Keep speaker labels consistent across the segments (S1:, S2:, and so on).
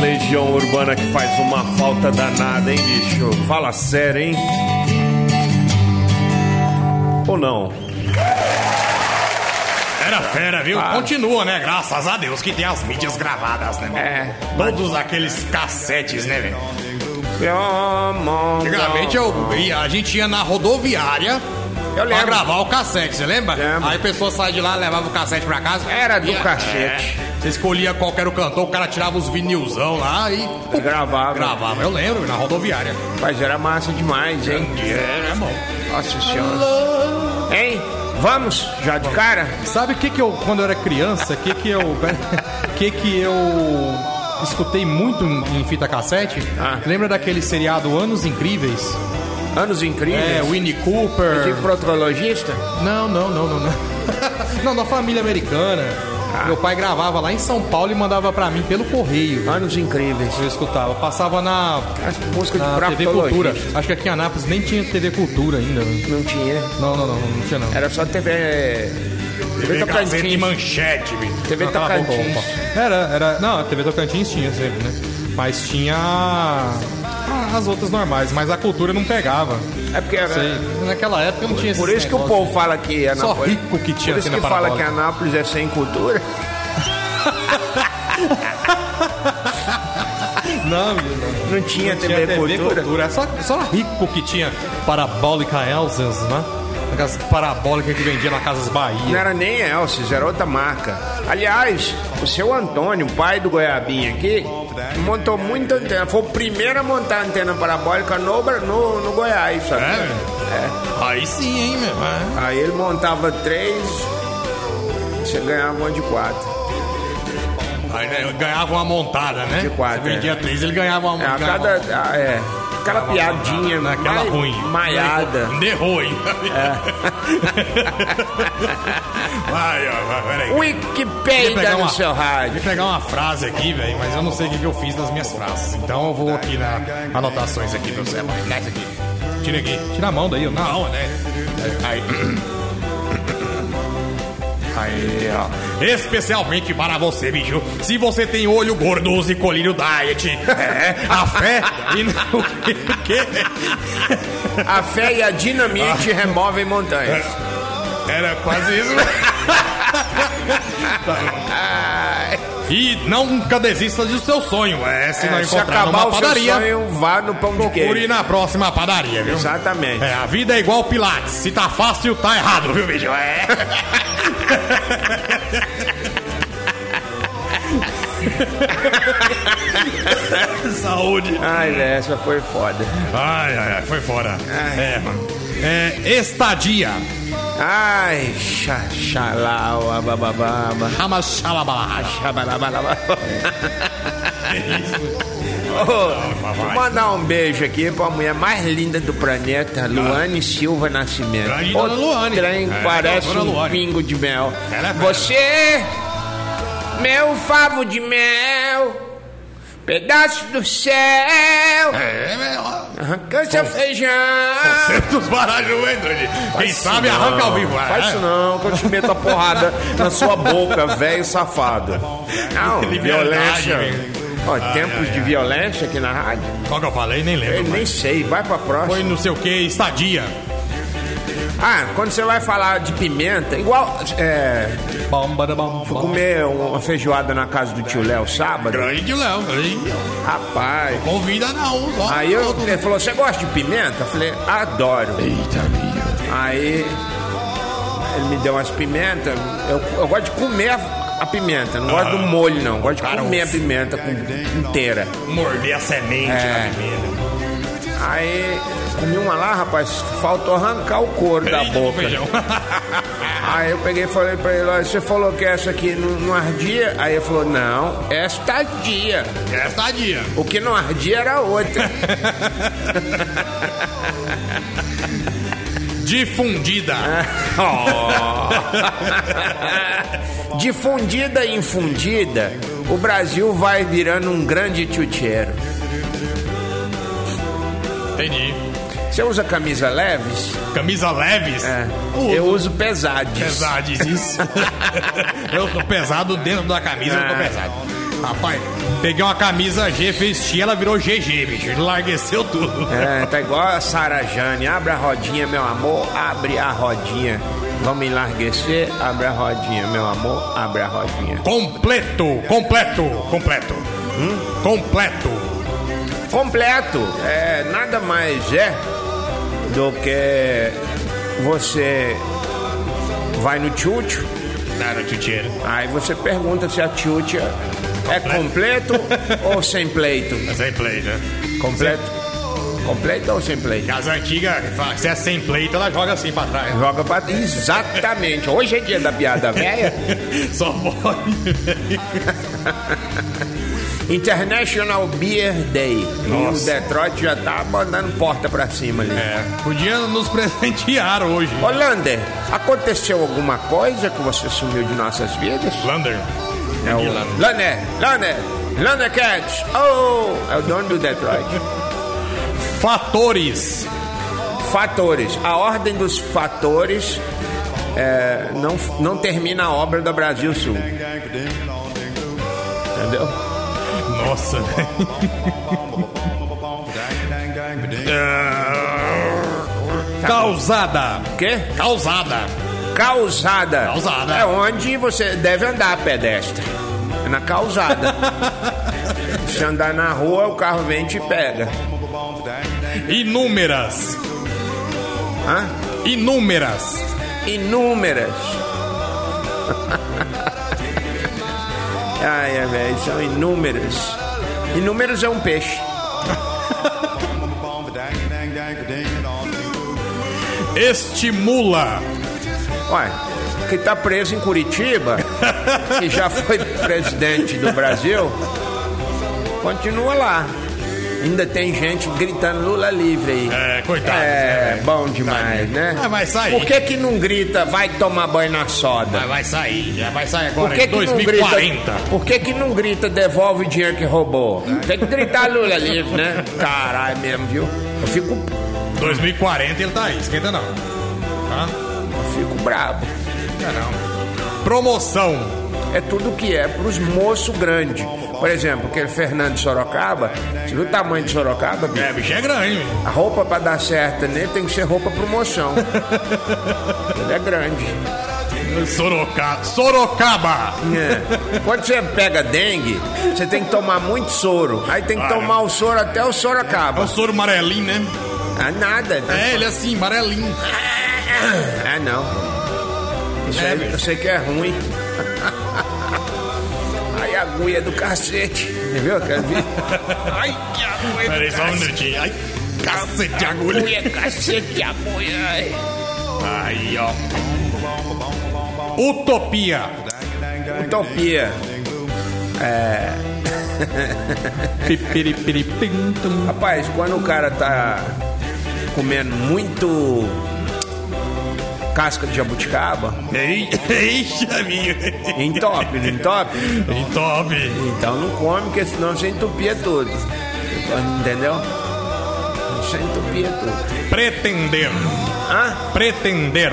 S1: legião urbana que faz uma falta danada, hein, bicho? Fala sério, hein? Ou não?
S2: Era fera, viu? Continua, né? Graças a Deus que tem as mídias gravadas, né?
S1: É.
S2: velho? Todos aqueles cassetes, né, velho? Antigamente eu ia, a gente ia na rodoviária
S1: Eu
S2: pra
S1: lembro.
S2: gravar o cassete, você lembra?
S1: Lembro.
S2: Aí a pessoa saía de lá, levava o cassete pra casa.
S1: Era do
S2: Ia-
S1: cacete.
S2: É. Você escolhia qual que era o cantor, o cara tirava os vinilzão lá e
S1: É. Gravava.
S2: gravava. Eu lembro, na rodoviária.
S1: Mas era massa demais, hein?
S2: É, bom.
S1: Nossa senhora. Hein? Vamos? Já de cara?
S3: Sabe o que que eu, quando eu era criança, o que que eu... o que que eu escutei muito em em fita cassete?
S1: Ah.
S3: Lembra daquele seriado Anos Incríveis?
S1: Anos incríveis.
S3: É, Winnie Cooper...
S1: Tive proctologista?
S3: Não, não, não, não, não. Não, da família americana. Meu pai gravava lá em São Paulo e mandava pra mim pelo correio.
S1: Anos incríveis.
S3: Eu escutava, passava na,
S1: As músicas de
S3: na TV Cultura.
S1: proctologista.
S3: Acho que aqui em Anápolis nem tinha TV Cultura ainda. né?
S1: Não tinha.
S3: Não, não, não, não tinha não.
S1: Era só TV. TV
S2: Vem Gazeta e
S1: Tocantins.
S2: manchete, bicho.
S1: TV
S3: Não, tá cala a boca,
S1: Tocantins.
S3: opa. Era, era. Não, a TV Tocantins tinha sempre, né? Mas tinha a- as outras normais, mas a cultura não pegava.
S1: É porque era.
S3: Sei. Naquela época não tinha
S1: Por
S3: esses
S1: isso que o
S3: negócios.
S1: povo fala que é
S3: Só
S1: Anápolis.
S3: rico que tinha
S1: Por isso
S3: aqui
S1: que
S3: na
S1: fala que
S3: parabólica.
S1: Anápolis é sem cultura.
S3: Não, menino.
S1: Não tinha
S3: Tinha
S1: TV, Cultura.
S2: é
S3: Cultura. Só, só rico que tinha parabólica Elsas, né? Aquelas parabólicas que vendia na Casas
S1: Não
S3: Bahia.
S1: era nem Elsis, era outra marca. Aliás, o seu Antônio, pai do Goiabinha aqui, montou muita antena. Foi o primeiro a montar antena parabólica no, Bra- no, no Goiás, sabe?
S2: É, velho? Aí sim, hein, meu? É.
S1: Aí ele montava três, você ganhava uma de quatro.
S2: Aí né, ganhava uma montada, né?
S1: De quatro,
S2: Você vendia três, ele ganhava uma
S1: É, a
S2: ganhava
S1: cada.
S2: uma-
S1: a- é, aquela piadinha,
S2: Naquela
S1: mai-
S2: ruim.
S1: Maiada. É.
S2: Derrou, hein? vai, ó, vai, peraí. Queria
S1: Wikipedia tá no
S2: uma-
S1: seu rádio.
S2: queria pegar uma frase aqui, velho, mas eu não sei o que, que eu fiz nas minhas frases. Então eu vou aqui na anotações aqui pra você. Vai, dá isso aqui. Tira aqui.
S3: Tira a mão daí, eu não.
S2: Não, né? Aí. Aí, ó. Especialmente para você, bicho. Se você tem olho gordo, use colírio diet. É, a fé e não o que- o que.
S1: A fé e a dinamite
S2: Ah.
S1: removem
S2: É,
S1: montanhas.
S2: Era quase isso. né? E não nunca desista do seu sonho. É, se não
S1: É, se
S2: encontrar
S1: acabar
S2: numa
S1: o seu
S2: padaria,
S1: sonho, vá no pão de
S2: procure
S1: queijo.
S2: na próxima padaria, viu?
S1: Exatamente.
S2: É, a vida é igual Pilates. Se tá fácil, tá errado, viu, bicho? É. Saúde.
S1: Ai, velho, essa foi foda.
S2: Ai, ai, ai, foi fora.
S1: Ai.
S2: É, mano. É, estadia.
S1: Ai, xa- xalau, ababababa.
S2: Ramachalabala.
S1: xabalabalaba. Ô, vou mandar um beijo aqui pra mulher mais linda do planeta, Luane Silva Nascimento.
S2: Grande dona
S1: O
S2: Luane.
S1: trem
S2: É,
S1: parece
S2: dona
S1: um
S2: Luane.
S1: pingo de mel.
S2: Ela é fera.
S1: Você, meu favo de mel, pedaço do céu,
S2: É, meu.
S1: arranca seu feijão.
S2: Santos Baralho entra ali. Quem sabe arranca ao vivo. é,
S1: Faz isso não, que eu te meto a porrada na sua boca, velho
S2: Tá
S1: safado. Não,
S2: Liberdade,
S1: violência.
S2: velho.
S1: Ó,
S2: Ai,
S1: tempos
S2: ai,
S1: de
S2: ai.
S1: violência aqui na rádio?
S2: Qual que Ah, é. eu falei? Nem
S1: Eu
S2: lembro.
S1: nem sei, vai pra próxima.
S2: Foi não sei o que, estadia.
S1: Ah, quando você vai falar de pimenta, igual é,
S3: Bom, bada, bom,
S1: fui
S3: bom.
S1: comer uma feijoada na casa do tio Léo sábado,
S2: Grande Léo. grande.
S1: rapaz.
S2: Convida não. Só
S1: Aí eu, ele falou, você gosta de pimenta? Eu falei, adoro.
S2: Eita, minha.
S1: Aí ele me deu umas pimentas. Eu, eu gosto de comer a, a pimenta, não gosto do molho, não. Gosto de
S2: Cara, um
S1: comer a
S2: o-
S1: pimenta com- inteira.
S2: Morder a semente
S1: É.
S2: da primeira.
S1: Aí comi uma lá, rapaz, faltou arrancar o couro da
S2: Eita,
S1: boca.
S2: feijão.
S1: Aí eu peguei e falei pra ele, olha, você falou que essa aqui não, não ardia? Aí ele falou, não, esta ardia.
S2: É estadia.
S1: O que não ardia era outra.
S2: Difundida.
S1: É. Difundida e infundida, o Brasil vai virando um grande tchutcheiro.
S2: Entendi.
S1: Você usa camisa leves?
S2: Camisa leves.
S1: É.
S2: Uso.
S1: Eu uso pesades.
S2: Pesades, isso. eu tô pesado dentro da camisa, eu tô
S1: É.
S2: pesado. Rapaz, peguei uma camisa G, fez tia, ela virou GG, bicho. Largueceu tudo.
S1: É, tá igual a Sara Jane. Abre a rodinha, meu amor, abre a rodinha. Vamos enlarguecer, abre a rodinha, meu amor, abre a rodinha.
S2: Completo, completo, completo. Hum? Completo.
S1: Completo, é, nada mais é do que você vai no tchutchu,
S2: Nada, tchutcheiro.
S1: aí você pergunta se a tchutcha é completo ou sem pleito.
S2: Sem play, né?
S1: Completo? Completo ou sem pleito?
S2: As antigas, fala, se é sem play, então ela joga assim pra trás.
S1: Joga pra. Exatamente. Hoje é dia da piada velha.
S2: Só pode.
S1: International Beer Day. E o
S2: Nossa.
S1: Detroit já tá mandando porta pra cima ali.
S2: É, podia nos presentear hoje.
S1: Ô, Lander, aconteceu alguma coisa que você sumiu de nossas vidas?
S2: Lander.
S1: É o...
S2: Lander.
S1: Lander, Lander, Lander Cats. Oh, é o dono do Detroit.
S2: Fatores.
S1: Fatores. A ordem dos fatores é, não, não termina a obra do Brasil Sul. Entendeu?
S2: Nossa. Ah, Causada.
S1: Quê?
S2: Causada.
S1: Causada.
S2: Causada.
S1: É onde você deve andar, pedestre. É na causada. Se andar na rua, o carro vem e te pega.
S2: Inúmeras.
S1: Hã?
S2: Inúmeras.
S1: Inúmeras. Ai, ai, velho, são inúmeras. Inúmeros é um peixe.
S2: Estimula.
S1: Ué, que tá preso em Curitiba, que já foi presidente do Brasil, continua lá. Ainda tem gente gritando Lula livre aí.
S2: É, coitado.
S1: É,
S2: né?
S1: bom demais, né?
S2: Ah, vai sair.
S1: Por que que não grita vai tomar banho na soda?
S2: Mas vai sair, já vai sair
S1: Por
S2: agora
S1: que
S2: em
S1: que não grita?
S2: 2040.
S1: Por que que não grita devolve o dinheiro que roubou? Tem que gritar Lula livre, né? Caralho mesmo, viu? Eu fico,
S2: 2040 ele tá aí, esquenta não. Tá?
S1: eu fico brabo.
S2: Esquenta não. Promoção.
S1: é tudo que é pros moço grande. Por exemplo, aquele Fernando de Sorocaba, você viu o tamanho de Sorocaba, bicho?
S2: É, bicho é grande.
S1: A roupa pra dar certo nele tem que ser roupa pro moção. Ele é grande.
S2: bicho. Sorocaba. Sorocaba.
S1: É. Quando você pega dengue, você tem que tomar muito soro. Aí tem que
S2: Claro.
S1: tomar o soro até o soro
S2: É o
S1: acaba.
S2: soro amarelinho, né?
S1: Ah, nada.
S2: É, ele é assim, amarelinho.
S1: Ah, não. Isso
S2: É,
S1: aí,
S2: bicho.
S1: eu sei que é ruim. Ai, agulha é do cacete. Viu? Quer ver? Ai, que agulha do
S2: Peraí, só um minutinho. Ai, cacete de agulha.
S1: Mulher, cacete, apoia.
S2: Aí, ó. Utopia.
S1: Utopia.
S4: Pipiripiripintum.
S1: Rapaz, quando o cara tá comendo muito casca de jabuticaba,
S2: Ei, Eixa, minha.
S1: entope, não entope?
S2: Em top.
S1: Então não come, porque senão você entupia tudo. Entendeu? Você entupia tudo.
S2: Pretender.
S1: Hã?
S2: Pretender.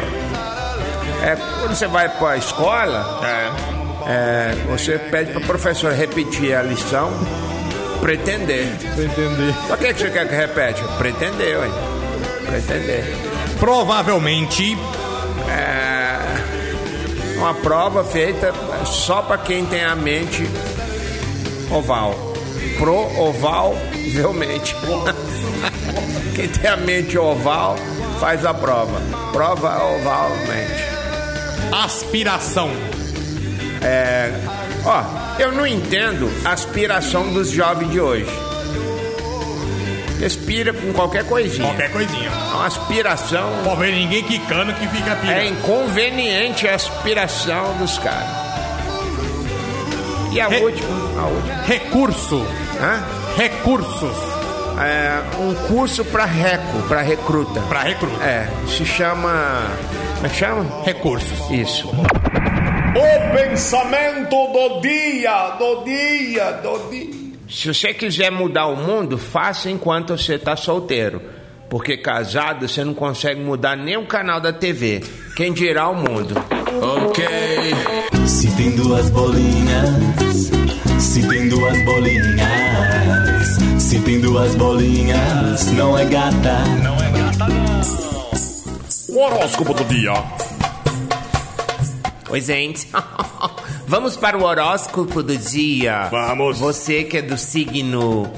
S1: É, quando você vai pra escola,
S2: É.
S1: é, você pede pra professora repetir a lição, pretender.
S4: Pra entender.
S1: Pra que que você quer que repete? Pretender, ué. Pretender.
S2: Provavelmente.
S1: Uma prova feita só para quem tem a mente oval. Pro oval, realmente. quem tem a mente oval faz a prova. Prova ovalmente.
S2: Aspiração.
S1: Ó, eu não entendo a aspiração dos jovens de hoje. Respira com qualquer coisinha. É
S2: Qualquer coisinha.
S1: Uma aspiração
S2: Pô, vem ninguém quicando que fica
S1: É
S2: pira.
S1: inconveniente a aspiração dos caras. E a
S2: Re-
S1: última, a última,
S2: Recurso.
S1: hã?
S2: Recursos.
S1: É um curso pra reco, pra recruta.
S2: Pra recruta.
S1: É, se chama, como é que chama?
S2: Recursos.
S1: Isso.
S5: O pensamento do dia, do dia, do dia.
S1: Se você quiser mudar o mundo, faça enquanto você tá solteiro. Porque casado você não consegue mudar nem o canal da TV. Quem dirá o mundo?
S6: Se tem duas bolinhas, se Se tem duas bolinhas, se tem duas bolinhas, não é gata.
S1: O horóscopo do dia.
S7: Oi, gente. Vamos para o horóscopo do dia.
S1: Vamos.
S7: Você que é do signo.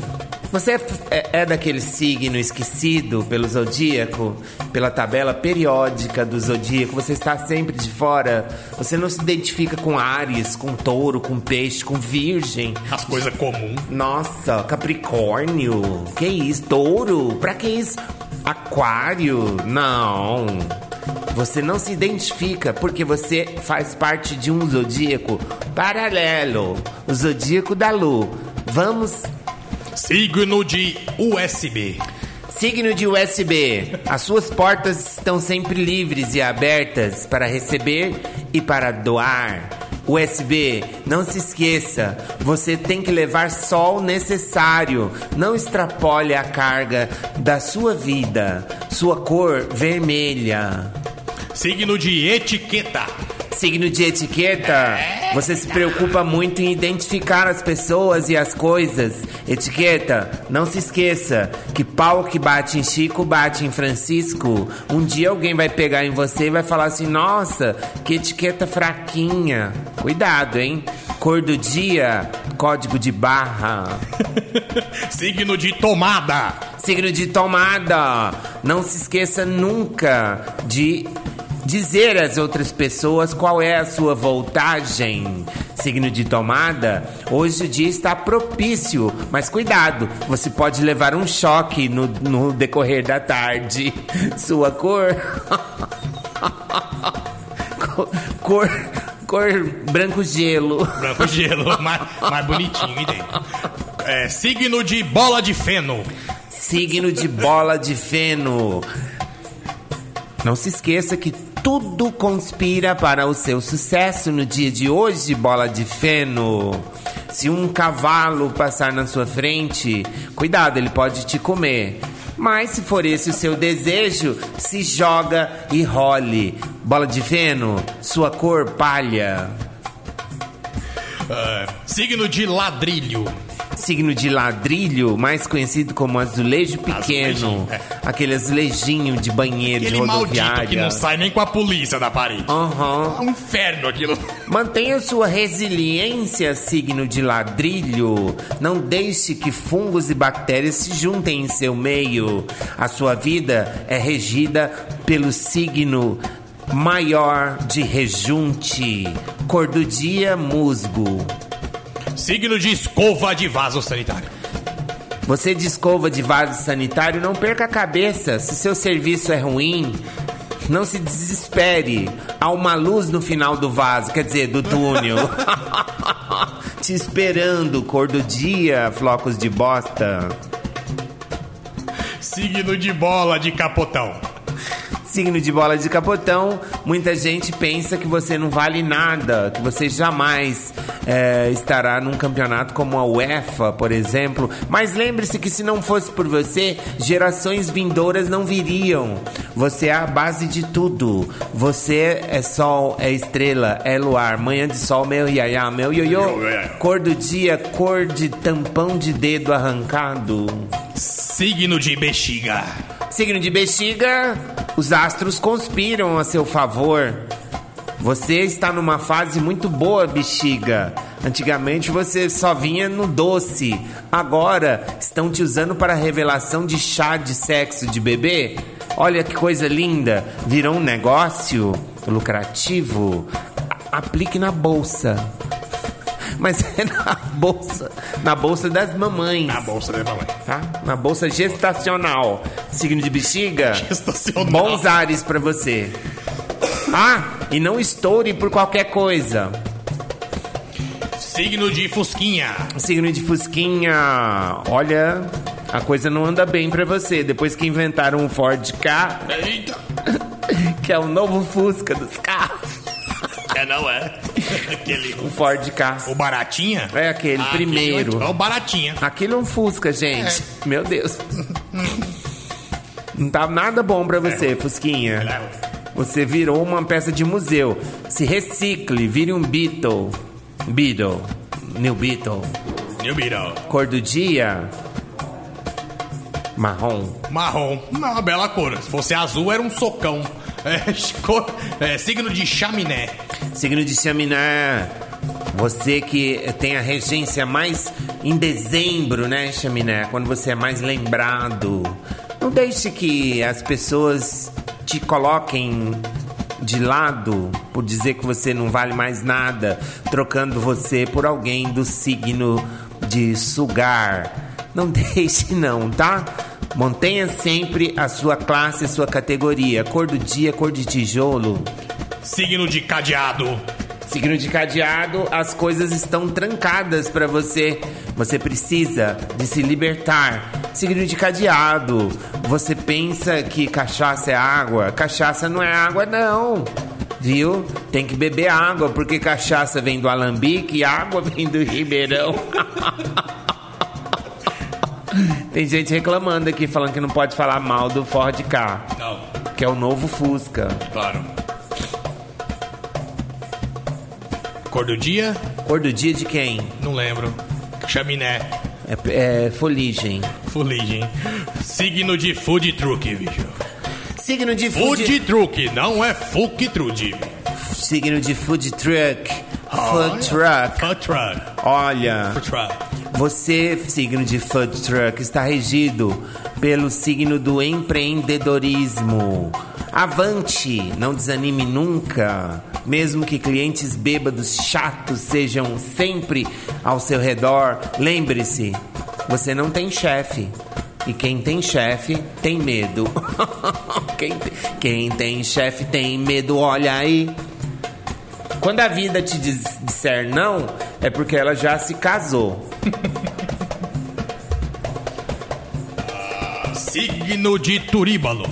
S7: Você é, é daquele signo esquecido pelo zodíaco, pela tabela periódica do zodíaco, você está sempre de fora. Você não se identifica com Ares, com Touro, com Peixe, com Virgem.
S2: As coisas comuns.
S7: Nossa, Capricórnio. Que isso? Touro? Pra que isso? Aquário? Não. Você não se identifica porque você faz parte de um zodíaco paralelo o zodíaco da Lu. Vamos.
S2: Signo de USB.
S7: Signo de USB. As suas portas estão sempre livres e abertas para receber e para doar. USB, não se esqueça, você tem que levar só o necessário. Não extrapole a carga da sua vida. Sua cor vermelha.
S2: Signo de etiqueta.
S7: Signo de etiqueta, você se preocupa muito em identificar as pessoas e as coisas. Etiqueta, não se esqueça que pau que bate em Chico bate em Francisco. Um dia alguém vai pegar em você e vai falar assim: nossa, que etiqueta fraquinha. Cuidado, hein? Cor do dia, código de barra.
S2: Signo de tomada.
S7: Signo de tomada. Não se esqueça nunca de dizer às outras pessoas qual é a sua voltagem. Signo de tomada, hoje o dia está propício, mas cuidado, você pode levar um choque no, no decorrer da tarde. Sua cor. Co- cor. Cor branco gelo.
S2: Branco gelo, mais, mais bonitinho, entende? É, signo de bola de feno.
S7: Signo de bola de feno. Não se esqueça que tudo conspira para o seu sucesso no dia de hoje, bola de feno. Se um cavalo passar na sua frente, cuidado, ele pode te comer. Mas se for esse o seu desejo, se joga e role. Bola de feno, sua cor palha.
S2: É, signo de ladrilho.
S7: signo de ladrilho, mais conhecido como azulejo
S2: Azulejinho,
S7: pequeno.
S2: é.
S7: Aquele azulejinho de banheiro
S2: Aquele
S7: de
S2: maldito
S7: rodoviária.
S2: que não sai nem com a polícia da parede.
S7: Aham.
S2: É um inferno aquilo.
S7: Mantenha sua resiliência, signo de ladrilho. Não deixe que fungos e bactérias se juntem em seu meio. A sua vida é regida pelo signo maior de rejunte. Cor do dia, musgo.
S2: Signo de escova de vaso sanitário.
S7: Você de escova de vaso sanitário, não perca a cabeça. Se seu serviço é ruim, não se desespere. Há uma luz no final do vaso, quer dizer, do túnel. Te esperando, cor do dia, flocos de bosta.
S2: Signo de bola de capotão.
S7: Signo de bola de capotão, muita gente pensa que você não vale nada, que você jamais eh, estará num campeonato como a UEFA, por exemplo. Mas lembre-se que se não fosse por você, gerações vindouras não viriam. Você é a base de tudo. Você é sol, é estrela, é luar, manhã de sol, meu iaiá, meu ioiô. Cor do dia, cor de tampão de dedo arrancado.
S2: Signo de bexiga.
S7: Signo de bexiga, os astros conspiram a seu favor. Você está numa fase muito boa, bexiga. Antigamente você só vinha no doce. Agora estão te usando para revelação de chá de sexo de bebê. Olha que coisa linda. Virou um negócio lucrativo. A- Aplique na bolsa. Mas é na bolsa, na bolsa das mamães
S2: Na bolsa da mamãe.
S7: tá? Na bolsa gestacional. Signo de
S1: É.
S7: bexiga.
S2: Gestacional.
S7: Bons ares pra você. Ah, e não estoure por qualquer coisa.
S2: Signo de fusquinha.
S7: Signo de fusquinha. Olha, a coisa não anda bem pra você. Depois que inventaram o Ford K,
S2: Eita.
S7: que é o novo Fusca dos carros.
S2: É, não é? Aquele.
S7: O Ford K.
S2: O baratinha?
S7: É aquele,
S2: Ah,
S7: primeiro.
S2: aquele É o baratinha.
S7: Aquilo é um Fusca, gente. Meu Deus. Não tá nada bom pra você, Fusquinha.
S2: É.
S7: Você virou uma peça de museu. Se recicle, vire um Beatle. Beatle. New Beatle.
S2: New Beetle.
S7: Cor do dia. Marrom.
S2: Marrom. Uma bela cor. Se fosse azul, era um socão. É, cor- é, signo de chaminé.
S7: Signo de Chaminé. Você que tem a regência mais em dezembro, né, Chaminé? Quando você é mais lembrado. Não deixe que as pessoas te coloquem de lado por dizer que você não vale mais nada, trocando você por alguém do signo de sugar. Não deixe não, tá? Mantenha sempre a sua classe, a sua categoria. Cor do dia, cor de tijolo.
S2: Signo de cadeado.
S7: Signo de cadeado, as coisas estão trancadas pra você. Você precisa de se libertar. Signo de cadeado, você pensa que cachaça é água? Cachaça não é água, não. Viu? Tem que beber água, porque cachaça vem do alambique e água vem do ribeirão. Tem gente reclamando aqui, falando que não pode falar mal do Ford K,
S2: Não,
S7: que é o novo Fusca.
S2: claro. Cor do dia?
S7: Cor do dia de quem?
S2: Não lembro. Chaminé.
S7: É- é foligem.
S2: Fuligem. Signo de food truck, bicho.
S7: Signo de food,
S2: Food truck, não é fuck trude.
S7: signo de food truck, food truck.
S2: Food truck.
S7: Olha,
S2: Food truck.
S7: você signo de food truck está regido pelo signo do empreendedorismo. Avante, não desanime nunca. Mesmo que clientes bêbados chatos sejam sempre ao seu redor, lembre-se, você não tem chefe. E quem tem chefe tem medo. quem, te- quem tem chefe tem medo, olha aí. Quando a vida te dis- disser não, é porque ela já se casou.
S2: Signo de turíbalo.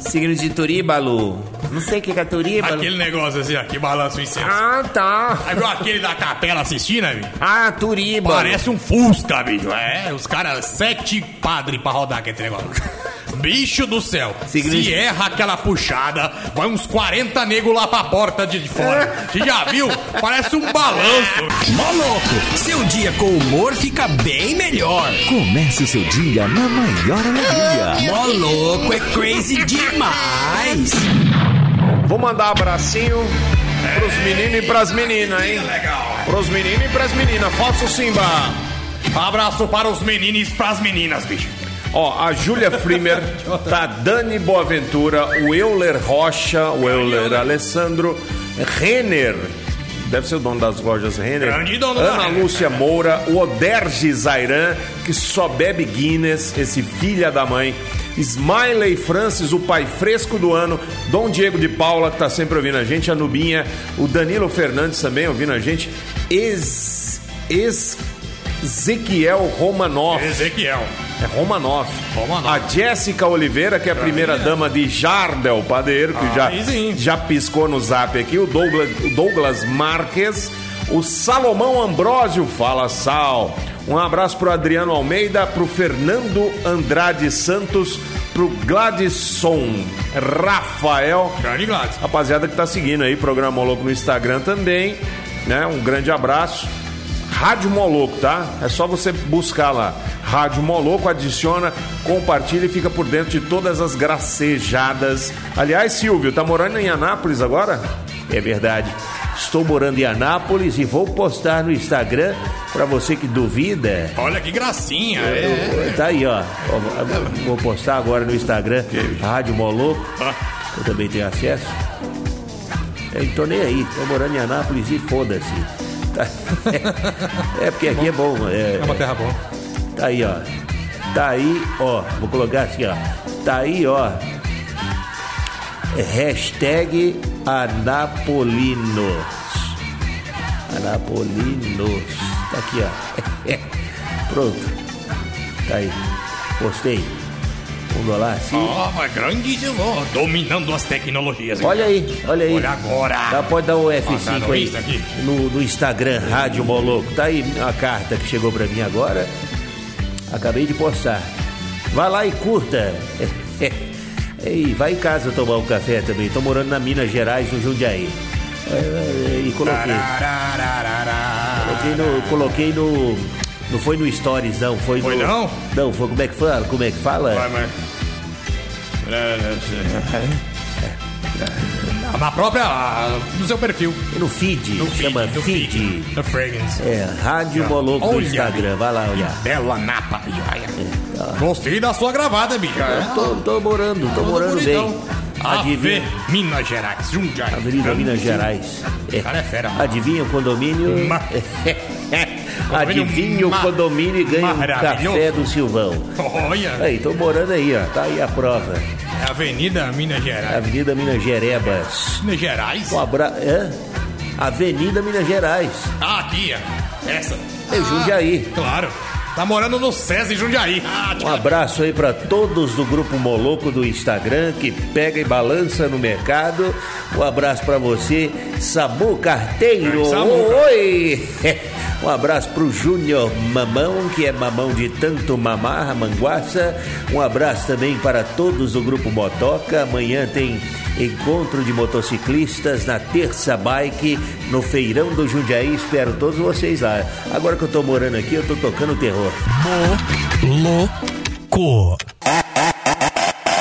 S7: Signo de Turíbalo. Não sei o que que é Turíbalo.
S2: Aquele negócio assim, ó, que balança o incenso.
S7: Ah, tá.
S2: Aí viu aquele da capela assistindo, né, bicho?
S7: Ah, Turíbalo.
S2: Parece um Fusca, bicho. É, os caras, sete padres pra rodar aquele negócio. Bicho do céu,
S7: Significa-
S2: se erra aquela puxada, vai uns 40 negros lá pra porta de fora. Você já viu? Parece um balanço.
S8: Moloco, seu dia com humor fica bem melhor.
S6: Comece o seu dia na maior alegria.
S8: Moloco é crazy demais.
S1: Vou mandar abracinho pros meninos e pras meninas, hein? Pros meninos e pras meninas. Faça o Simba.
S2: Abraço para os meninos e pras meninas, bicho.
S1: Ó, a Júlia Frimer, tá Dani Boaventura, o Euler Rocha, o Euler Alessandro, Renner. Deve ser o dono das lojas Renner.
S2: Grande dono da
S1: Ana
S2: Renner.
S1: Lúcia Moura, o Oderge Zairan, que só bebe Guinness, esse filha da mãe. Smiley Francis, o pai fresco do ano. Dom Diego de Paula, que tá sempre ouvindo a gente. A Nubinha. O Danilo Fernandes também ouvindo a gente. Ex. Ex. Ezequiel Romanoff.
S2: Ezequiel.
S1: É Romanoff.
S2: Romanoff.
S1: A Jéssica Oliveira, que é a primeira dama de Jardel Padeiro, que já,
S2: Ah, aí sim.
S1: já piscou no zap aqui. O Douglas, o Douglas Marques. O Salomão Ambrósio, fala Sal. Um abraço pro Adriano Almeida, pro Fernando Andrade Santos, pro Gladson Rafael.
S2: Grande Gladys.
S1: Rapaziada que tá seguindo aí, programa Moloco no Instagram também, né? Um grande abraço. Rádio Moloco, tá? É só você buscar lá. Rádio Moloco, adiciona, compartilha e fica por dentro de todas as gracejadas. Aliás, Silvio, tá morando em Anápolis agora?
S9: É verdade. Estou morando em Anápolis e vou postar no Instagram pra você que duvida.
S2: Olha que gracinha. É.
S9: Tá aí, ó. Ó, Vou postar agora no Instagram, Rádio Moloco.
S8: Ah.
S9: Eu também tenho acesso. Eu não tô nem aí, tô morando em Anápolis e foda-se. Tá- É porque aqui é bom. é-
S10: É uma terra boa.
S9: Tá aí, ó. Tá aí, ó. Vou colocar assim, ó. Tá aí, ó. Hashtag Anapolinos. Anapolinos. Tá aqui, ó. Pronto. Tá aí. Postei. Vamos lá assim.
S2: Ó, mas grande Giló, dominando as tecnologias.
S9: Olha aí, olha aí.
S2: Olha agora.
S9: Dá, pode dar o
S2: tá
S9: F5
S2: no
S9: aí.
S2: Insta aqui.
S9: No, no Instagram, Rádio Moloco. Tá aí a carta que chegou pra mim agora. Acabei de postar. Vai lá e curta. E vai em casa tomar um café também. Tô morando na Minas Gerais, no Jundiaí. É, é, E Ah, coloquei.
S2: Tararararará.
S7: Coloquei no. Coloquei no. Não foi no Stories, não. Foi,
S11: Foi
S7: no-
S11: não?
S7: Não, foi como é que fala? Como é que fala?
S11: Vai, mas... é. Na própria. No seu perfil.
S7: No feed.
S11: No feed.
S7: chama
S11: no
S7: feed.
S11: feed. No fragrance.
S7: É, Rádio Moloco no
S11: Olha.
S7: Instagram. Vai lá olhar.
S11: Bela napa. joia.
S7: É.
S11: Gostei da sua gravada, bicho.
S7: Tô, tô morando,
S11: Tá
S7: tô morando É. bem.
S11: Ave
S7: Adivinha.
S11: Minas Gerais. Jundiaí.
S7: Avenida Minas Gerais.
S11: O cara é fera.
S7: Adivinha o condomínio? É.
S11: Ma-
S7: Adivinha o
S11: ma-
S7: condomínio e ganha um
S11: maravilhoso.
S7: café do Silvão.
S11: Olha.
S7: Aí, tô morando aí, ó. Tá aí a prova. É.
S11: Avenida Minas Gerais.
S7: Avenida Minas Gerebas.
S11: Minas Gerais?
S7: Um abra... Hã? Avenida Minas Gerais.
S11: Ah, aqui. ó. Essa.
S7: É Jundiaí.
S11: Claro. Tá morando no SESI Jundiaí. Ah,
S7: Um abraço aí pra todos do grupo Moloco do Instagram que pega e balança no mercado. Um abraço pra você, Samu Carteiro.
S11: Samu.
S7: Oi! Um abraço pro Júnior Mamão, que é mamão de tanto mamar, manguaça. Um abraço também para todos do grupo Motoca. Amanhã tem encontro de motociclistas na Terça Bike, no Feirão do Jundiaí. Espero todos vocês lá. Agora que eu tô morando aqui, eu tô tocando terror.
S12: Louco.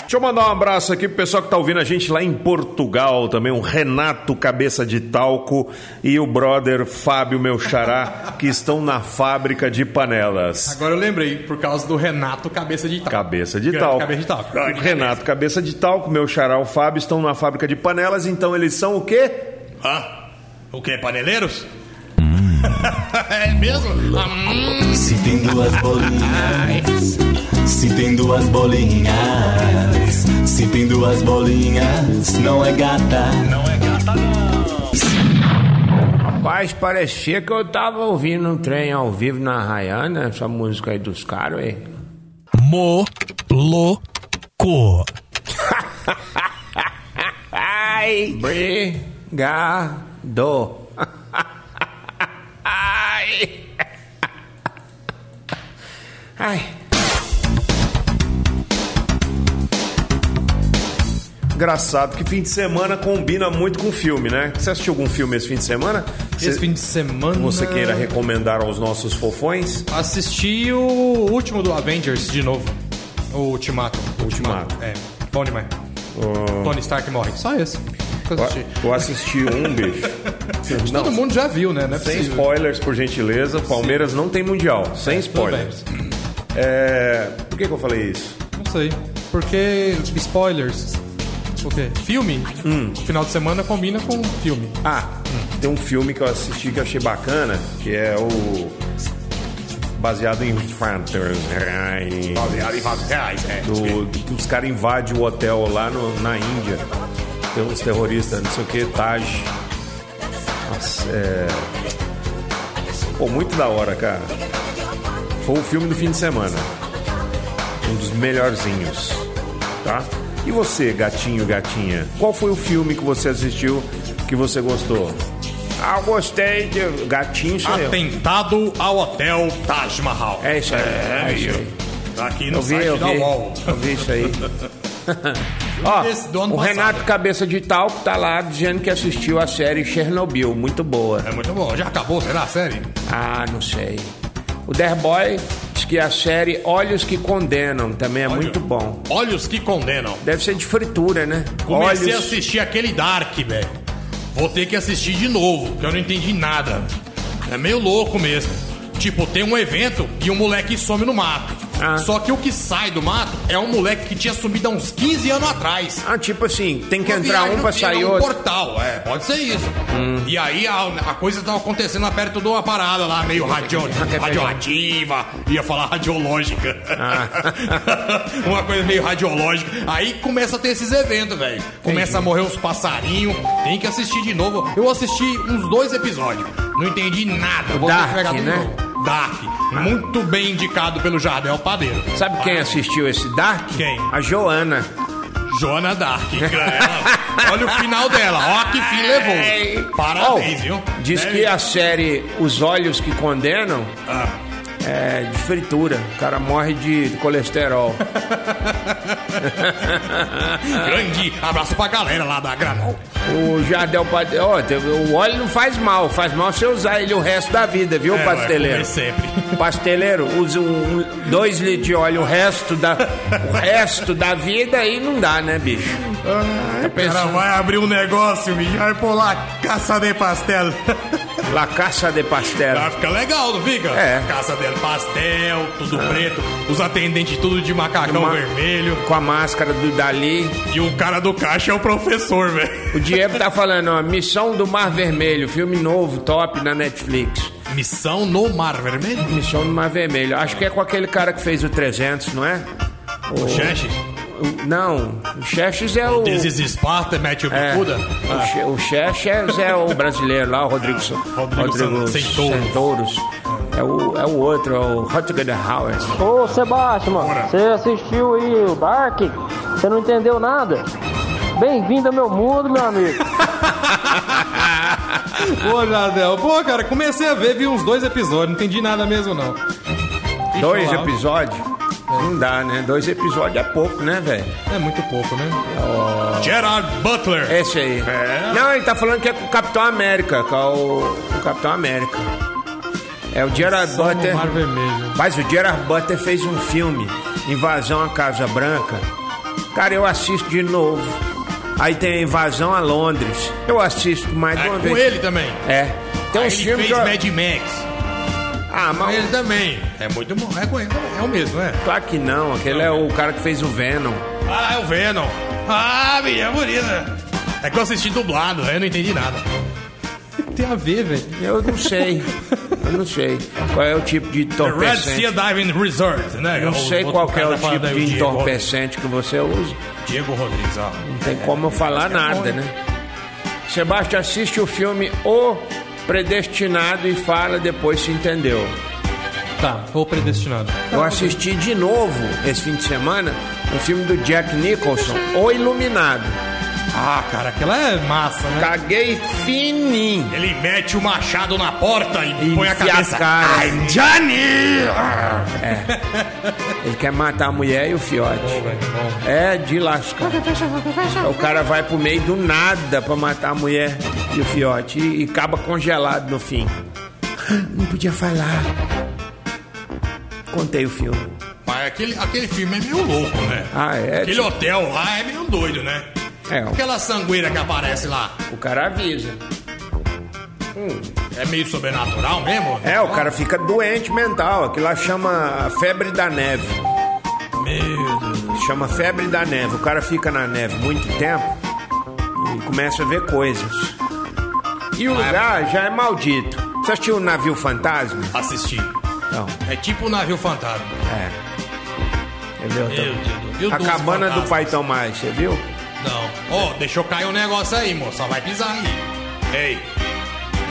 S13: Deixa eu mandar um abraço aqui pro pessoal que tá ouvindo a gente lá em Portugal também, o Renato Cabeça de Talco e o brother Fábio Meu Xará, que estão na fábrica de panelas.
S2: Agora eu lembrei, por causa do Renato Cabeça de Itaú.
S13: Cabeça de
S2: Grande
S13: talco.
S2: Cabeça de Talco.
S13: O Renato Cabeça de Talco, meu xará, o Fábio estão na fábrica de panelas, então eles são o quê?
S11: Ah, o que? Paneleiros?
S13: Hum.
S11: é mesmo? Ah, hum.
S6: Se tem duas bolinhas, se tem duas bolinhas, se tem duas bolinhas, não é gata.
S1: Rapaz, parecia que eu tava ouvindo um trem ao vivo na Rayana, essa música aí dos caras, hein?
S12: Moloco.
S1: Ai! Brigado! Ai! Ai!
S13: Engraçado que fim de semana combina muito com filme, né? Você assistiu algum filme esse fim de semana?
S2: Esse
S13: Você-
S2: fim de semana.
S13: Você queira recomendar aos nossos fofões?
S2: Assisti o último do Avengers de novo. O Ultimato.
S13: Ultimato.
S2: É. Bom demais. Tony Stark morre. Só esse. que eu assisti.
S13: Eu assisti um, bicho. Não,
S2: Todo mundo já viu, né? Não é
S13: Sem
S2: possível.
S13: spoilers, por gentileza. Palmeiras não tem mundial. Sem spoilers. É, Por que, que eu falei isso?
S2: Não sei. Porque spoilers. O quê? Filme? Final de semana combina com filme.
S13: Ah, tem um filme que eu assisti que eu achei bacana, que é o. Baseado em fatos reais.
S11: Baseado em fatos reais, é.
S13: Do, do que os caras invadem o hotel lá no- na Índia. Tem uns terroristas, não sei o que, Taj. Nossa, é. Pô, muito da hora, cara. Foi o filme do fim de semana. Um dos melhorzinhos. Tá? E você, gatinho, gatinha? Qual foi o filme que você assistiu que você gostou?
S1: Ah, eu gostei de.
S13: Gatinho sou eu.
S11: Atentado ao Hotel Taj Mahal.
S1: É isso aí. É, isso aí.
S11: Tá aqui no
S1: Eu vi,
S11: site
S1: eu
S11: da
S1: vi.
S11: UOL.
S1: Eu vi isso aí. Ó,
S11: Esse do ano
S1: o
S11: passado.
S1: Renato Cabeça de Talco tá lá dizendo que assistiu a série Chernobyl, muito boa.
S11: É muito bom. Já acabou, será a série?
S1: Ah, não sei. O Derboy diz que a série Olhos que Condenam também é muito bom.
S11: Olhos que condenam.
S1: Deve ser de fritura, né?
S11: Comecei a
S1: Olhos.
S11: assistir aquele Dark, velho. Vou ter que assistir de novo, porque eu não entendi nada. É meio louco mesmo. Tipo, tem um evento e um moleque some no mato.
S1: Ah.
S11: Só que o que sai do mato é um moleque que tinha sumido há uns 15 anos atrás.
S1: Ah, tipo assim, tem que
S11: Uma
S1: entrar
S11: viagem
S1: um pra
S11: no-
S1: sair
S11: era um
S1: outro. Hum.
S11: portal, é, pode ser isso. E aí a, a coisa tava acontecendo lá perto de uma parada lá, meio radio,
S1: é
S11: radioativa, ia falar radiológica.
S1: Ah.
S11: uma coisa meio radiológica. Aí começa a ter esses eventos, velho. Começa a morrer uns passarinhos, tem que assistir de novo. Eu assisti uns dois episódios, não entendi nada. Vou ter que
S1: Dark,
S11: pegar tudo de
S1: né? Ah.
S11: novo. Dark, muito bem indicado pelo Jardel Padeiro.
S1: Sabe quem é assistiu esse Dark?
S11: Ah. Quem?
S1: A Joana.
S11: Joana Dark. Ela- olha o final dela. Ó que fim levou. Parabéns,
S1: Oh,
S11: viu? É,
S1: Diz
S11: Deve-
S1: que a série Os Olhos que Condenam
S11: Ah,
S1: é, de fritura. O cara morre de colesterol.
S11: Grande abraço pra galera lá da Granol.
S1: O Jardel Pade- ó, teve- o óleo não faz mal, faz mal você usar ele o resto da vida, viu,
S11: É, vai
S1: pasteleiro?
S11: comer sempre.
S1: Pasteleiro, usa um, um- dois litros de óleo o resto da, o resto da vida aí não dá, né, bicho? Tá
S11: O cara
S1: pensando,
S11: vai abrir um negócio, bicho. Vai pôr lá caça de pastel.
S1: La caça de pastel.
S11: Vai ficar legal, não fica?
S1: É.
S11: Caça de pastel, tudo preto. Os atendentes tudo de macacão
S1: Uma-
S11: vermelho.
S1: Com a máscara do Dali.
S11: E o cara do caixa é o professor, velho.
S1: O Diego tá falando, ó, Missão do Mar Vermelho, filme novo, top na Netflix.
S11: Missão no Mar Vermelho?
S1: Missão do Mar Vermelho. Acho que é com aquele cara que fez o 300, não é?
S11: O chefe?
S1: O- Não, o Xerxes é o.
S11: This is Sparta, mete o
S1: É.
S11: bicuda.
S1: O Che- O Xerxes é o brasileiro lá, o Rodrigo, Sa-
S11: Rodrigo San- Santouros.
S1: Santouros. É o, é o outro, é o Rutger Hauer.
S14: Ô Sebastião, mano,
S11: Bora.
S14: você assistiu aí o Dark? Você não entendeu nada? Bem-vindo ao meu mundo, meu amigo.
S2: Ô, Jardel, pô, cara, comecei a ver, vi uns dois episódios, não entendi nada mesmo, não.
S1: Dois
S2: lá.
S1: episódios? Não dá, né? Dois episódios é pouco, né, velho?
S2: É muito pouco, né?
S1: É.
S11: Gerard Butler.
S1: Esse aí. Não, ele tá falando que é com o Capitão América, que é o, o Capitão América. É o Gerard
S2: Só no
S1: Butler.
S2: Mar Vermelho.
S1: Mas o Gerard Butler fez um filme, Invasão à Casa Branca. Cara, eu assisto de novo. Aí tem a Invasão a Londres. Eu assisto mais
S11: É,
S1: de uma
S11: com
S1: vez.
S11: ele também.
S1: É. Tem
S11: Aí
S1: uns
S11: ele
S1: filmes
S11: fez
S1: que eu-
S11: Mad Max.
S1: Ah,
S11: Com
S1: mas
S11: ele também. É muito bom. É com ele. É o mesmo, é.
S1: claro que não. Aquele é o cara que fez o Venom.
S11: Ah, é o Venom. Ah, minha bonita. É que eu assisti dublado, eu não entendi nada.
S2: Tem a ver, velho.
S1: Eu não sei. eu não sei. Qual é o tipo de
S11: The Red Sea
S1: entorpecente?
S11: Diving Resort, né?
S1: Eu não sei qual que é o tipo de
S11: entorpecente.
S1: entorpecente que você usa.
S11: Diego Rodrigues, ó.
S1: Não tem como eu falar nada, né? Sebastião assiste o filme O Predestinado e fala depois se entendeu.
S2: Tá, ou predestinado.
S1: Eu assisti de novo esse fim de semana o filme do Jack Nicholson, O Iluminado.
S2: Ah, cara, aquela é massa, né?
S1: Caguei fininho.
S11: Ele mete o machado na porta e,
S1: E
S11: põe a
S1: enfia
S11: cabeça.
S1: a cara.
S11: I'm Johnny!
S1: É. Ele quer matar a mulher e o fiote. É de lascar. O cara vai pro meio do nada pra matar a mulher e o fiote e, e acaba congelado no fim. Não podia falar. Contei o filme.
S11: Mas aquele, aquele filme é meio louco, né?
S1: Ah, é?
S11: Aquele hotel lá é meio doido, né?
S1: É, o-
S11: Aquela sangueira que aparece lá
S1: o cara avisa.
S11: é meio sobrenatural mesmo?
S1: É, o cara fica doente mental. Aquilo lá chama febre da neve.
S11: Meu Deus.
S1: Chama febre da neve. O cara fica na neve muito tempo e começa a ver coisas. E o lugar já é maldito. Você assistiu o navio fantasma?
S11: Assisti.
S1: Não.
S11: É tipo um navio fantasma.
S1: É. Entendeu?
S11: Meu Deus. E o
S1: A
S11: dos
S1: cabana do
S11: fantasmas?
S1: Pai Tomás, você viu?
S11: Não. Ó, deixou cair um negócio aí, moça. Vai pisar aí. Ei.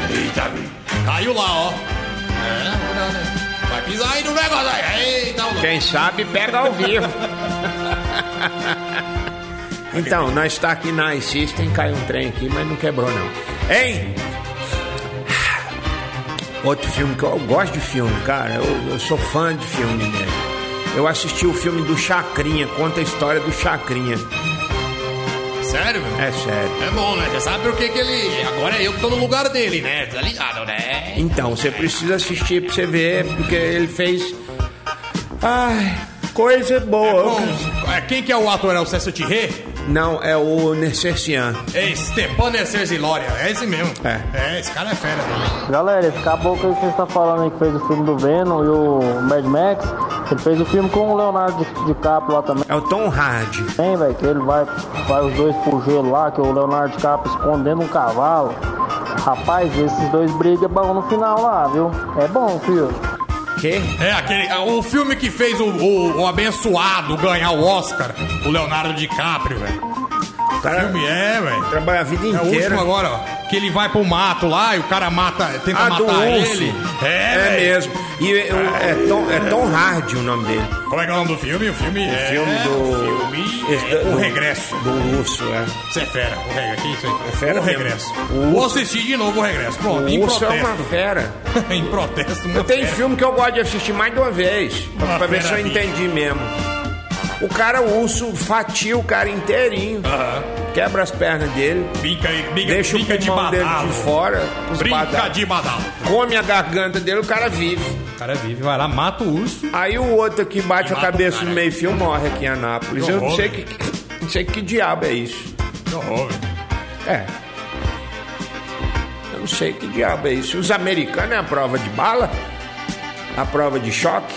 S11: Eita, bicho. Caiu lá, ó. É, olha, olha. Vai pisar aí no negócio aí. Eita, olha.
S1: Quem sabe pega ao vivo. então, nós está aqui na System, caiu um trem aqui, mas não quebrou não. Hein? Outro filme que eu, eu gosto de filme, cara. Eu, eu sou fã de filme mesmo. Eu assisti o filme do Chacrinha, conta a história do Chacrinha.
S11: Sério, meu?
S1: É sério.
S11: É bom, né? Você sabe por que que ele... Agora é eu que tô no lugar dele, né? Tá ligado, né?
S1: Então, você precisa assistir pra você ver, porque ele fez. Ai, coisa boa.
S11: Bom, é, quem que é o ator? É o Cécio Tirré?
S1: Não, é o Nercercian.
S11: É Stepan Esserzilória. É esse mesmo.
S1: É.
S11: É, esse cara é fera.
S14: Galera, esse caboclo aí que vocês estão falando aí que fez o filme do Venom e o Mad Max, ele fez o filme com o Leonardo Di- DiCaprio lá também,
S1: É o Tom Hardy.
S14: velho, que ele vai, vai os dois pro gelo lá, que o Leonardo DiCaprio escondendo um cavalo. Rapaz, esses dois brigam bom no final lá, viu? É bom, filho.
S1: Que?
S11: É, aquele, é, o filme que fez o, o- o abençoado ganhar o Oscar, o Leonardo DiCaprio, velho.
S1: O cara
S11: Filme é, velho.
S1: Tá, trabalha a vida
S11: É o
S1: inteira.
S11: último agora, ó.
S2: que ele vai pro mato lá e o cara mata, tenta
S1: Ah,
S2: matar
S1: do urso.
S2: ele.
S1: É
S2: velho.
S1: mesmo. E é, é Tom, é Tom Hardy o nome dele.
S11: Como é que é o nome do filme? O filme é.
S1: filme do-
S11: filme
S1: Esse
S11: é
S1: da-
S11: O
S1: do-
S11: Regresso.
S1: Do urso, é.
S11: Você é fera. O Regresso. Que isso aí?
S1: fera
S11: o
S1: mesmo.
S11: Regresso.
S1: O
S11: Vou assistir de novo o Regresso. Pronto,
S1: O
S11: em
S1: urso é
S11: protesto.
S1: uma fera.
S2: em protesto, uma
S1: Eu tenho
S2: fera.
S1: filme que eu gosto de assistir mais de uma vez.
S11: Uma
S1: pra ver se eu
S11: fera, bicho.
S1: entendi mesmo. O cara, o urso, fatia o cara inteirinho. Quebra as pernas dele.
S11: Brinca, aí, brinca,
S1: Deixa
S11: brinca
S1: o
S11: de
S1: pulmão dele
S11: badalo.
S1: de fora. os
S11: Brinca
S1: badalo.
S11: de badalo.
S1: Come a garganta dele, o cara vive.
S2: O cara vive, vai lá, mata o urso.
S1: Aí o outro que bate a
S11: mata o
S1: cabeça
S11: cara. né?
S1: no meio-fio morre aqui em Anápolis.
S11: Que
S1: Eu não
S11: horror,
S1: sei que, que- não sei que diabo é isso.
S11: Que horror, velho.
S1: É. Eu não sei que diabo é isso. Os americanos é a prova de bala? A prova de choque?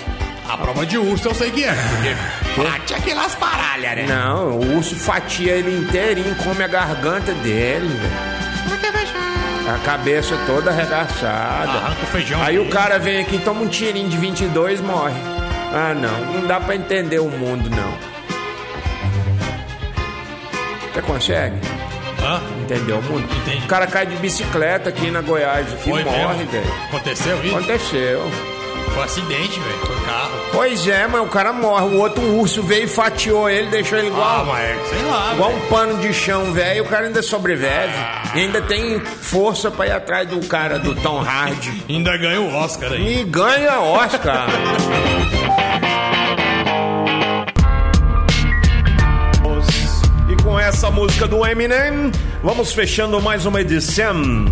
S11: A prova de urso eu sei que é. Porque bate aquelas paralhas, né?
S1: Não, o urso fatia ele inteirinho, come a garganta dele, velho. A cabeça toda arregaçada.
S11: Arranca o feijão.
S1: Aí o cara vem aqui, toma um tirinho de 22 e morre. Ah, não. Não dá pra entender o mundo, não. Você consegue
S11: Hã?
S1: entender o mundo?
S11: Entendi.
S1: O cara cai de bicicleta aqui na Goiás aqui
S11: Foi
S1: e morre,
S11: mesmo?
S1: velho.
S11: Aconteceu isso?
S1: Aconteceu.
S11: Foi um acidente, velho. Foi um carro.
S1: Pois é, mas o cara morre. O outro um urso veio e fatiou ele, deixou ele
S11: Ah,
S1: igual,
S11: mas sei lá,
S1: igual
S11: velho.
S1: um pano de chão, velho. O cara ainda sobrevive. E ainda tem força pra ir atrás do cara do Tom Hardy.
S11: Ainda ganhou o Oscar aí.
S1: E ganha Oscar.
S13: E com essa música do Eminem, vamos fechando mais uma edição.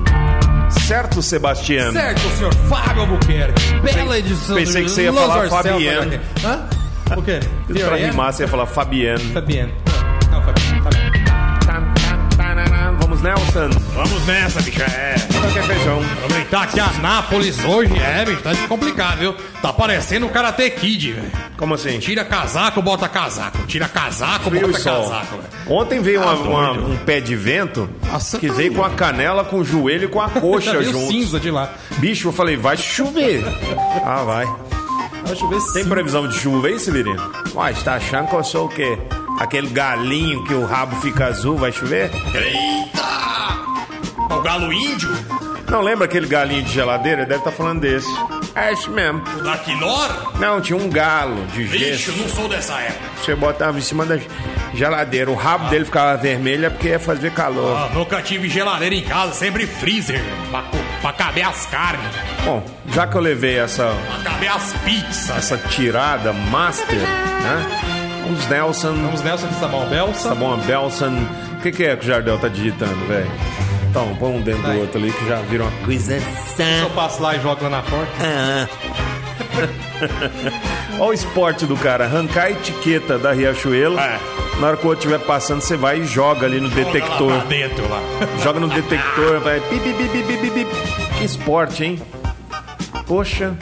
S13: Certo, Sebastião?
S2: Certo, senhor Fábio Albuquerque. Bela edição. do
S13: pensei que você ia
S2: Los
S13: falar
S2: Orcel,
S13: Fabiano.
S2: olha aqui. Hã? O quê?
S13: Pra
S11: é?
S2: Teorema?
S13: rimar, você ia falar Fabiano.
S2: Fabiano. Não, Fabiano. tá Fabiano.
S1: Tam, tam, tarará.
S13: Vamos, Nelson.
S11: Ah, Vamos nessa, bicha. É.
S13: Qualquer feijão.
S11: Aproveitar que a Nápoles hoje é, bicho, tá complicado, viu? Tá parecendo o Karate Kid, velho.
S13: Como assim?
S11: Tira casaco, bota casaco. Tira casaco,
S13: Frio e
S11: Ah, bota
S13: sol.
S11: casaco, velho.
S13: Ontem veio uma- uma-
S11: doido.
S13: um pé de vento
S2: Nossa,
S13: que
S2: tá
S13: veio com a canela, com o joelho e com a coxa
S2: Veio
S13: junto.
S2: cinza de lá.
S13: Bicho, eu falei, vai chover. ah, vai.
S2: Vai chover
S13: Tem
S2: cinza.
S13: previsão de chuva é aí, Severino?
S1: Uai, você tá achando que eu sou o quê?
S13: Aquele galinho que o rabo fica azul, vai chover?
S11: Eita! O galo índio?
S13: Não lembra aquele galinho de geladeira? Deve estar falando desse.
S1: É isso mesmo.
S11: O da Quinor?
S1: Não, tinha um galo de
S11: Bicho,
S1: gesso.
S11: não sou dessa época.
S1: Você botava em cima da geladeira. O rabo dele ficava vermelho é porque ia fazer calor.
S11: Ah, nunca tive geladeira em casa, sempre freezer. velho, Pra, co- pra caber as carnes,
S13: Bom, já que eu levei essa,
S11: pra caber as pizzas.
S13: essa tirada master, né? Vamos, Nelson.
S2: Vamos Nelson de Sabal Belsa.
S13: Tá bom, Belson. O que, que é que o Jardel tá digitando, velho? Então, põe um dentro do outro ali que já virou uma coisa.
S2: Se eu passo lá e jogo lá na
S13: É.
S2: porta.
S13: Olha o esporte do cara, arrancar a etiqueta da Riachuelo.
S11: É.
S13: Na hora que o outro estiver passando, você vai e joga ali no
S11: Joga
S13: detector.
S11: Lá pra dentro lá.
S13: Joga no detector, vai. Pi, pi, pi, pi, pi, pi, pi. Que esporte, hein? Poxa.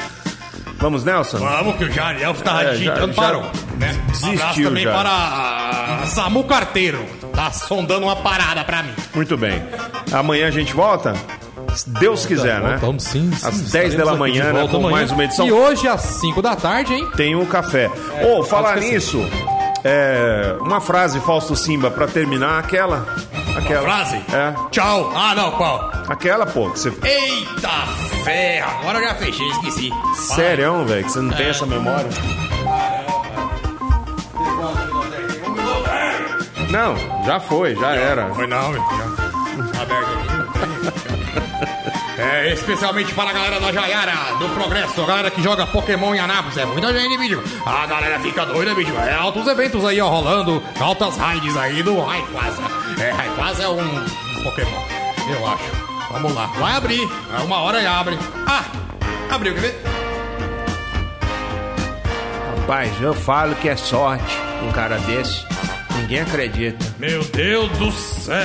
S13: Vamos, Nelson?
S11: Vamos que o Jariel tá
S13: É,
S11: digitando,
S13: já-
S11: parou. Né?
S13: desistiu
S11: Abraço também
S13: já.
S11: para a Samu Carteiro. Tá sondando uma parada pra mim.
S13: Muito bem. Amanhã a gente volta? Se Deus quiser, né?
S2: Voltamos sim, sim.
S13: Às 10
S2: estaremos
S13: da
S2: aqui
S13: manhã,
S2: de
S13: né?
S2: volta
S13: Com
S2: amanhã.
S13: mais uma edição.
S2: E hoje às 5 da tarde, hein?
S13: tem o café. Ô, falar
S2: pode esquecer.
S13: nisso, é, uma frase, Fausto Simba, pra terminar, aquela. Aquela.
S11: Frase?
S13: É.
S11: Tchau. Ah, não, qual?
S13: Aquela, pô, que você.
S11: Eita ferro! Agora eu já fechei, esqueci.
S13: Sério, velho, que você não
S2: É.
S13: tem essa memória. Não, já foi, já era.
S11: Foi não, meu. Já. tá Aberto aqui. É, especialmente para a galera da Jaiara, do Progresso, a galera que joga Pokémon em Anápolis, é muita gente, bicho. A galera fica doida, bicho. É altos eventos aí, ó, rolando, altas raids aí do Rayquaza. É, Rayquaza é um, um Pokémon, eu acho. Vamos lá, vai abrir, é uma hora e abre. Ah, abriu, quer ver?
S1: Rapaz, eu falo que é sorte um cara desse. Ninguém acredita.
S11: Meu Deus do céu,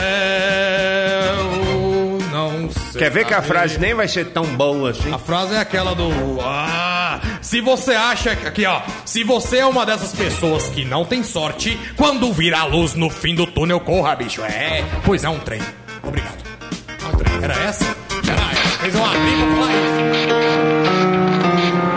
S11: não sei.
S1: Quer ver que a frase nem vai ser tão boa assim?
S11: A frase é aquela do. Ah, se você acha. que- Aqui, ó. Se você é uma dessas pessoas que não tem sorte, quando vir a luz no fim do túnel, corra, bicho. Ah, É, pois é um trem. Obrigado. É um trem. Era essa? Era essa. Fez uma briga pra